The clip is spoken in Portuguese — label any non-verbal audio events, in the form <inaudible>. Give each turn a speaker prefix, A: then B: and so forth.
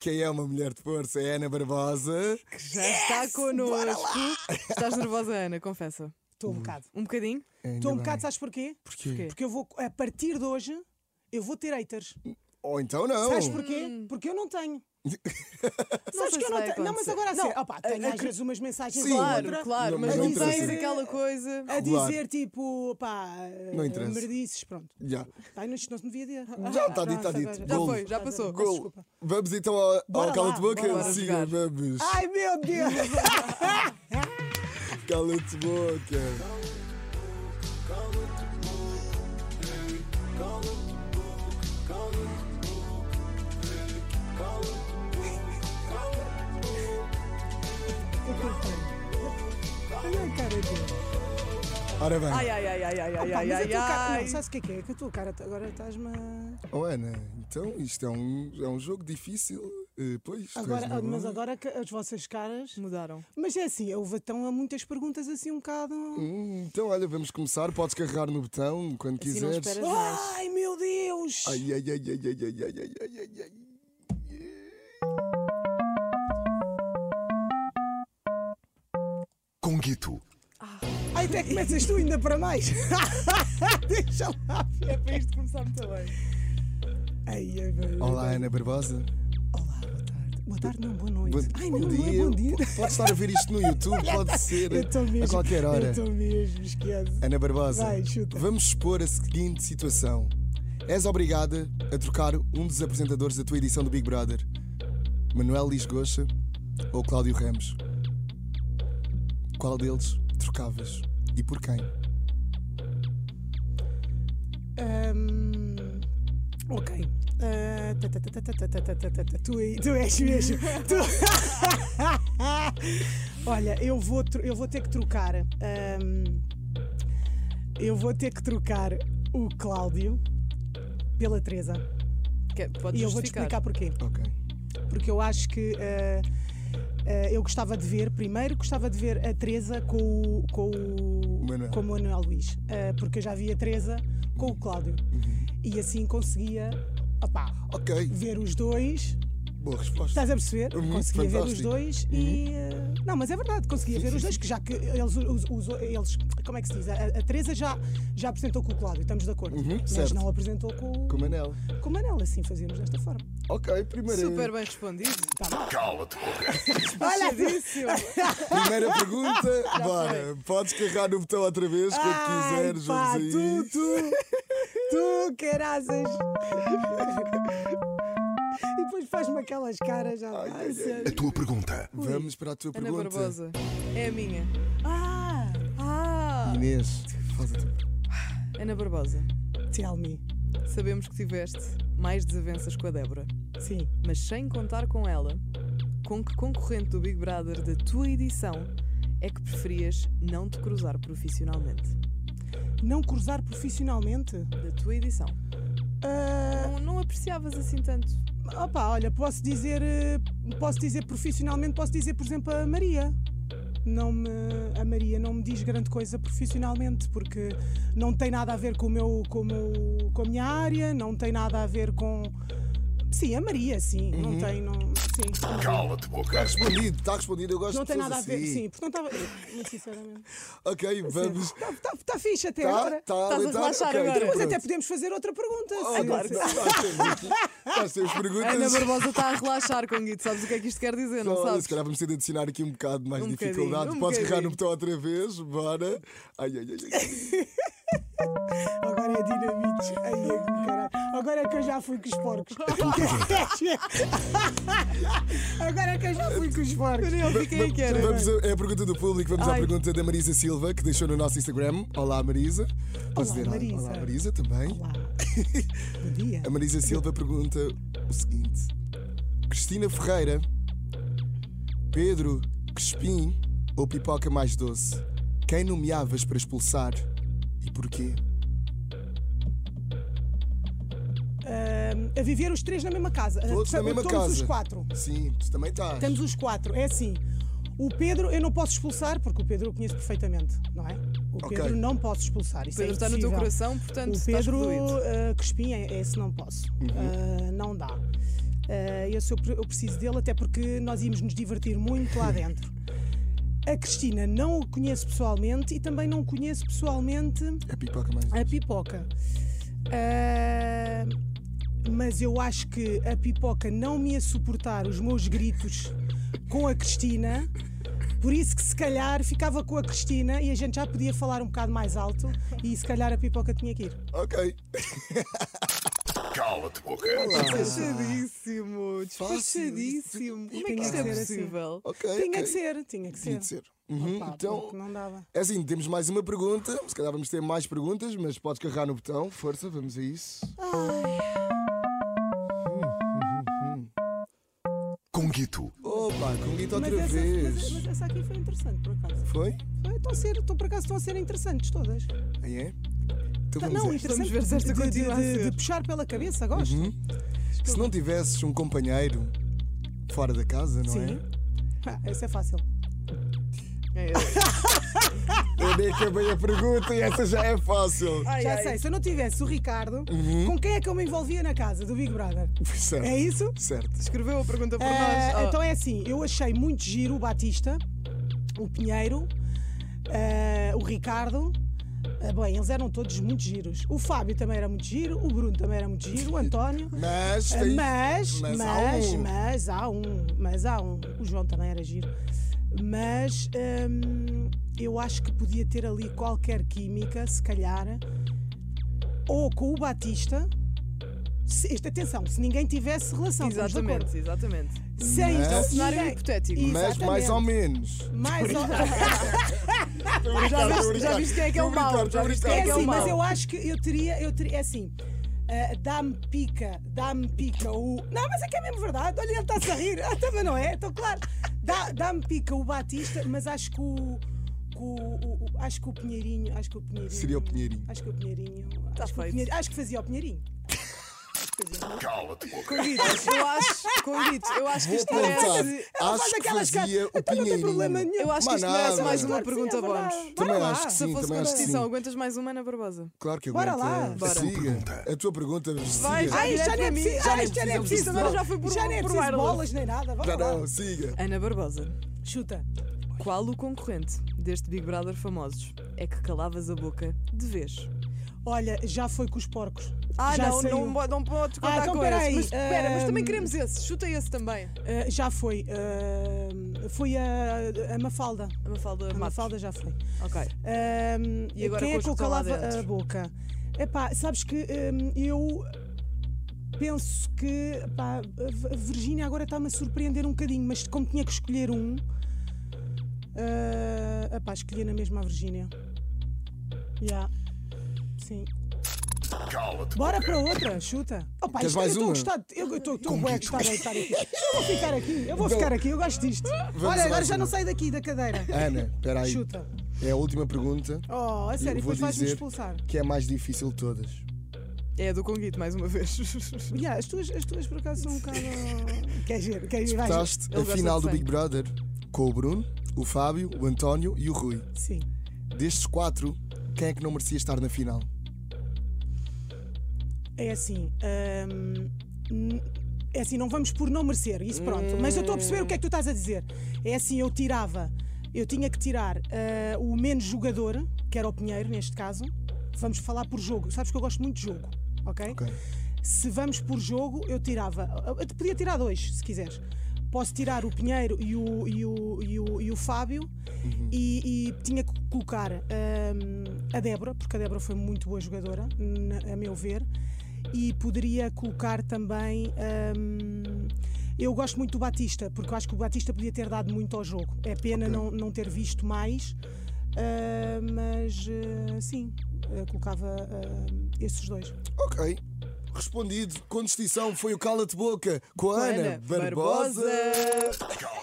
A: Quem é uma mulher de força é a Ana Barbosa.
B: Que já está connosco. Estás nervosa, Ana, confessa.
C: Estou um bocado.
B: Um bocadinho?
C: Estou um
A: Ainda
C: bocado,
A: Hum, bem.
C: sabes porquê?
A: Porquê?
C: Porque eu vou, a partir de hoje, eu vou ter haters.
A: Ou então não.
C: Sabes porquê? Porque eu não tenho. Sabes
B: Hum. sei
C: que eu
B: se
C: não
B: vai
C: tenho. Não, mas
B: acontecer.
C: agora
B: Não,
C: assim, opa, tenho às vezes umas mensagens
A: Sim,
C: ou
B: Claro,
C: outra
B: claro,
A: Não,
B: mas
A: mas
B: não
A: não
B: tens
A: interessa.
B: aquela coisa.
C: a
A: Regular.
C: dizer tipo, pá,
A: Não interessa.
C: merdices, pronto.
A: Já,
C: Ai, não, isto não se devia dizer. Ah,
A: já está dito, está
C: Pronto,
A: dito.
C: agora.
B: Já
A: Golo.
B: foi, já passou.
A: Golo. Vamos então ao, ao
C: Bora lá, Ah!
A: Cala-te Boca?
C: bora
B: lá
A: Sim,
B: jogar.
A: vamos.
C: Ai meu Deus! <laughs>
A: Cala-te Boca.
C: Olha a cara dele.
A: Ora bem.
B: Ai, ai, ai, ai, ai, ai,
C: Opa,
B: ai,
C: mas a
B: ai,
C: tua cara.
B: ai.
C: Não, sabes o que é que é? Que a tua cara agora estás-me. a-
A: Oh, Ana, então isto é um, é um jogo difícil. eh, pois. tu és
C: Agora,
A: nervosa.
C: mas agora que as vossas caras.
B: Mudaram.
C: Mas é assim, eu vou tão a muitas perguntas assim um bocado.
A: Hum, então, olha, vamos começar. Podes carregar no botão quando
B: Assim não
A: quiseres.
B: esperas mais.
C: Ai meu Deus!
A: Ai, ai, ai, ai, ai, ai, ai, ai, ai, ai, ai.
D: Conguito.
C: Ai, até começas tu ainda para mais! <laughs> Deixa lá!
B: É para isto começar muito bem.
C: Ai, ai, ai.
A: Olá, Ana Barbosa.
C: Olá, boa tarde. Boa tarde, não, boa noite.
A: Bom,
C: Ai,
A: bom
C: não, não é
A: dia.
C: bom dia.
A: Pode estar a ver isto no
C: <laughs>
A: YouTube, pode ser
C: Eu estou mesmo.
A: a qualquer hora.
C: Eu estou mesmo, esquece.
A: Ana Barbosa,
C: Vai, chuta.
A: vamos expor a seguinte situação. És obrigada a trocar um dos apresentadores da tua edição do Big Brother. Manuel Lisgocha ou Cláudio Ramos? Qual deles trocavas e por quem?
C: Ahm, ok. Ah, tá, tá, tá, tá, tá, tá, tá, tá, tá, tá. Tu, aí- tu és mesmo. Tu- <laughs> Olha, eu vou, tro- eu vou ter que trocar. ahm, eu vou ter que trocar o Cláudio pela Teresa.
B: Podes
C: E eu vou
B: justificar.
C: te explicar porquê.
A: Ok.
C: Porque eu acho que. ah, ah, eu gostava de ver, primeiro gostava de ver a Teresa com o, com o,
A: Manuel.
C: com o Manuel Luís, ah, porque eu já vi a Teresa com o Cláudio
A: Uhum.
C: e assim conseguia opá,
A: Ok,
C: ver os dois.
A: boa resposta.
C: Estás a perceber?
A: Uhum,
C: conseguia ver os
A: fantástico. Uhum.
C: dois e. eh, Não, mas é verdade, conseguia ver os dois, que já que eles, os- os- eles- Como é que se diz? A, a Teresa já, já apresentou com o Cláudio, estamos de acordo.
A: Uhum,
C: mas
A: certo.
C: não apresentou com,
A: Com
C: com...
A: o Manel.
C: o Manel, assim fazíamos desta forma.
A: Ok, primeira,
B: Super bem respondido.
D: Cala-te boca.
C: Olha,
B: Fechadíssimo. <laughs>
A: primeira pergunta. Bora, podes carregar no botão outra vez quando
C: Ai,
A: quiseres.
C: pá,
A: vamos aí.
C: tu, tu, tu, caraças. E depois faz-me aquelas caras já. Ai, sério.
D: A tua pergunta.
A: Vamos para a tua
B: Ana
A: pergunta.
B: Barbosa. É a minha.
C: Ah,
B: Ah!
A: Inês, faz a tua
B: Ana Barbosa,
C: tell me.
B: sabemos que tiveste mais desavenças com a Débora,
C: Sim.
B: mas sem contar com ela, com que concorrente do Big Brother da tua edição é que preferias não te cruzar profissionalmente?
C: Não cruzar profissionalmente?
B: Da tua edição.
C: Ah,
B: Não, não apreciavas assim tanto.
C: opa, olha, posso dizer, eh, posso dizer profissionalmente, posso dizer, por exemplo, a Maria. Não me, a Maria não me diz grande coisa profissionalmente, porque não tem nada a ver com, o meu, com, o meu- com a minha área, não tem nada a ver com. Sim, a Maria, sim.
A: Uhum.
C: Não tem. Não, sim.
D: Cala-te boca.
A: Respondido, está respondido, eu gosto
C: Não
A: de
C: tem
A: pessoas
C: nada a ver,
A: assim.
C: sim, porque não estava. Muito sinceramente.
A: Ok, vamos.
C: Está tá, tá fixe até
A: Tá,
C: agora.
A: tá
B: a
A: alentar?
B: relaxar
A: Ok,
B: agora.
C: Mas
A: pronto.
C: até podemos fazer outra pergunta.
A: Oh, <laughs>
C: sim.
A: claro que não, nós temos aqui- Nós temos
B: A Ana
A: perguntas.
B: Barbosa está a relaxar com Guido, sabes o que é que isto quer dizer, não
A: Então, olha,
B: sabes?
A: se calhar vamos ter de adicionar aqui um bocado de mais
B: Um bocadinho,
A: dificuldade.
B: um
A: Posso carregar no
B: bocadinho.
A: botão outra vez? Bora. Ai, ai, ai, ai.
C: Agora é dinamite. Ai, é que caralho. Agora é que eu já fui com os porcos. <laughs> Agora é que eu já fui com os porcos.
B: Eu nem ouvi quem é que era.
A: Vamos a, é a pergunta do público, vamos
B: Ai.
A: à pergunta da Marisa Silva, que deixou no nosso Instagram. Olá, Marisa. Posso
C: Olá,
A: dizer
C: Marisa.
A: olá, Marisa, também.
C: Olá. Bom dia.
A: A Marisa Silva pergunta o seguinte: Cristina Ferreira, Pedro Crespim ou Pipoca Mais Doce? Quem nomeavas para expulsar e porquê?
C: Ahm, a viver os três na mesma casa.
A: Todos na
C: Ah,
A: mesma
C: todos os
A: casa.
C: quatro.
A: Sim, tu também estás.
C: Estamos os quatro. É assim. O Pedro eu não posso expulsar, porque o Pedro eu conheço perfeitamente, não é? O
A: Ok.
C: Pedro não posso expulsar.
B: O
C: Isso
B: Pedro
C: é
B: está no teu
C: impossível.
B: coração, portanto
C: O
B: estás
C: Pedro
B: perdoído.
C: uh, Crespim, é- esse Ah, não posso. Ah, não dá. Eh, esse eu, pre- eu preciso dele, até porque nós íamos nos divertir muito lá dentro. A Cristina não o conheço pessoalmente e também não conheço pessoalmente
A: É pipoca mais.
C: a pipoca. Ah, mas eu acho que a pipoca não me ia suportar os meus gritos com a Cristina. Por isso que se calhar ficava com a Cristina e a gente já podia falar um bocado mais alto e se calhar a pipoca tinha que ir.
A: Ok.
D: Cala-te boca.
B: Despachadíssimo, despachadíssimo. Como é que isto é
C: Tinha que ser assim.
B: possível?
A: Ok.
C: Tinha
A: ok.
C: que ser, tinha que
A: Tinha
C: ser.
A: de ser. Uhum,
C: Opa,
A: então,
C: porque não dava.
A: é assim, temos mais uma pergunta. Se calhar vamos ter mais perguntas, mas podes carregar no botão. Força, vamos a isso.
D: Conguito.
A: Opa, convite outra
C: mas, essa,
A: vez.
C: mas- mas essa aqui foi interessante, por acaso.
A: Foi?
C: Foi, Estão, a ser, estão por acaso estão a ser interessantes todas.
A: Aí é? Então
C: Tá-
A: vamos
C: não,
A: a esta.
C: interessante
B: Vamos ver se esta
C: de, de,
B: continua a
C: de-
B: ser.
C: de puxar pela cabeça, gosto.
A: Uhum. Se não tivesses um companheiro fora da casa, não é?
C: Sim. Ah, essa é fácil.
B: É esse.
A: é? Eu nem acabei a pergunta e essa já é fácil.
B: Ai,
C: Já
B: ai.
C: sei, se eu não tivesse o Ricardo, com quem é que eu me envolvia na casa do Big Brother?
A: Certo.
C: É isso?
A: Certo.
B: Escreveu a pergunta por
C: Eh,
B: nós. Oh,
C: Então é assim, eu achei muito giro o Batista, o Pinheiro, eh, o Ricardo. Eh, bem, eles eram todos muito giros. O Fábio também era muito giro, o Bruno também era muito giro, o António.
A: Mas
C: Eh,
A: tem.
C: Mas,
A: mas
C: mas,
A: há
C: mas,
A: um.
C: há um, mas há um. O João também era giro. Mas hum, eu acho que podia ter ali qualquer química, se calhar, ou com o Batista. Se, esta, atenção, se ninguém tivesse relação, estamos de acordo.
B: exatamente, exatamente.
C: Sem
A: Mas-
C: ninguém-
B: Cenário hipotético.
A: Mas mais
C: Exatamente.
A: ou menos.
C: Mais ou-
A: <laughs>
B: Já viste, já viste quem é que é o
A: Estou a brincar,
B: mau?
A: estou
B: Já
A: a
B: viste
A: brincar.
B: quem é
C: É
B: que é o
C: assim, mas
B: mau?
C: eu acho que eu teria, eu teria, é assim. ah, dá-me pica, dá-me pica o. Não, mas é que é mesmo verdade. Olha, ele está-se a rir. <laughs> Ah, também não é? Então, claro. Dá, dá-me pica o Batista, mas acho que o. que o- o- o- acho que o Pinheirinho. Acho que o Pinheirinho.
A: Seria o Pinheirinho.
C: Acho que o Pinheirinho.
B: Tá
C: acho, que o
B: feito.
C: Pinheirinho- acho que fazia o Pinheirinho.
D: Cala-te boca.
B: Convites, eu acho, convites, eu acho que
A: Vou
B: isto
A: apontar.
B: merece.
C: Ela faz
A: Acho que
C: aquelas caras.
A: fazia o
C: Então não tem problema
A: Pinheirinho.
C: nenhum.
B: Eu acho que isto
A: Mas
B: merece
A: nada.
B: mais uma
C: Claro que sim, é
B: pergunta
C: verdade.
B: bónus.
C: Bora
A: Também
C: lá.
A: acho que
B: Se
A: sim,
B: fosse
A: também acho que
B: competição,
A: sim.
B: aguentas mais uma Ana Barbosa.
A: Claro que
C: Bora lá.
A: aguenta.
B: Bora.
A: Siga. A tua pergunta,
B: Vai,
A: siga.
B: vai.
C: Ah, isto já
B: Direto
C: nem
B: a
C: é
B: mim.
C: preciso.
A: Já
C: ah,
A: nem
C: isto já nem é
A: precisamos
C: preciso.
A: de
B: bola. Já foi por- um-
C: já nem é
B: por
C: preciso
B: wireless.
C: bolas nem nada. Vamos
A: Já
C: lá.
A: não, siga.
B: Ana Barbosa,
C: Chuta.
B: qual o concorrente deste Big Brother famosos é que calavas a boca de vez?
C: Olha, já foi com os porcos.
B: Ah,
C: já
B: não,
C: saiu.
B: não, bo- não podes contar
C: Ah, então
B: com
C: peraí,
B: esse. Mas espera, mas também
C: hum,
B: queremos esse. Chuta esse também.
C: Ah, já foi. ah, foi a, a Mafalda.
B: A Mafalda
C: A
B: Matos.
C: Mafalda já foi.
B: Ok.
C: Ah,
B: E agora
C: quem
B: com
C: é
B: os
C: que eu
B: que estão lá
C: calava
B: dentro?
C: a boca? Epá, sabes que ah, eu penso que pá, a V- a Virgínia agora está-me a surpreender um bocadinho, mas como tinha que escolher um, ah, epá, escolhi na mesma a Virgínia. Já. Sim.
D: Cala-te
C: Bora
D: boca.
C: para outra, chuta. Opa,
A: Queres
C: isto,
A: mais
C: eu estou
A: uma?
C: gostado. Eu estou bué a gostar de estar aqui. Eu vou ficar aqui, eu vou ficar aqui, eu gosto disto. Olha,
A: a
C: agora
A: mais
C: já
A: uma.
C: não saio daqui da cadeira.
A: Ana, espera aí.
C: Chuta.
A: É a última pergunta
C: Oh, a sério,
A: vou
C: depois vais-me
A: dizer-
C: expulsar.
A: que é a mais difícil de todas.
B: É a do Conguito, mais uma vez. <laughs>
C: Ya, as, tuas, as tuas por acaso são um bocado. Quer ver? Quer ver? Vais-
A: Disputaste
B: Ele
A: a
B: gosta
A: final
B: de
A: do Big
B: sangue.
A: Brother com o Bruno, o Fábio, o António e o Rui.
C: Sim.
A: Destes quatro, quem é que não merecia estar na final?
C: É assim. hum, n- é assim, não vamos por não merecer, isso pronto. Mas eu estou a perceber o que é que tu estás a dizer. É assim, eu tirava, eu tinha que tirar ah, o menos jogador, que era o Pinheiro neste caso. Vamos falar por jogo. Sabes que eu gosto muito de jogo, ok?
A: Ok.
C: Se vamos por jogo, eu tirava. Eu te podia tirar dois, se quiseres. Posso tirar o Pinheiro e o, e o, e o, e o Fábio. E, e tinha que colocar hum, a Débora, porque a Débora foi muito boa jogadora, na- a meu ver. E poderia colocar também. hum, eu gosto muito do Batista, porque eu acho que o Batista podia ter dado muito ao jogo. É pena
A: Ok.
C: não, não ter visto mais, ah, mas ah, sim, eu colocava ah, esses dois.
A: Ok. Respondido, com distinção, foi o Cala-te-Boca com a Ana, É Barbosa.
D: Cala-te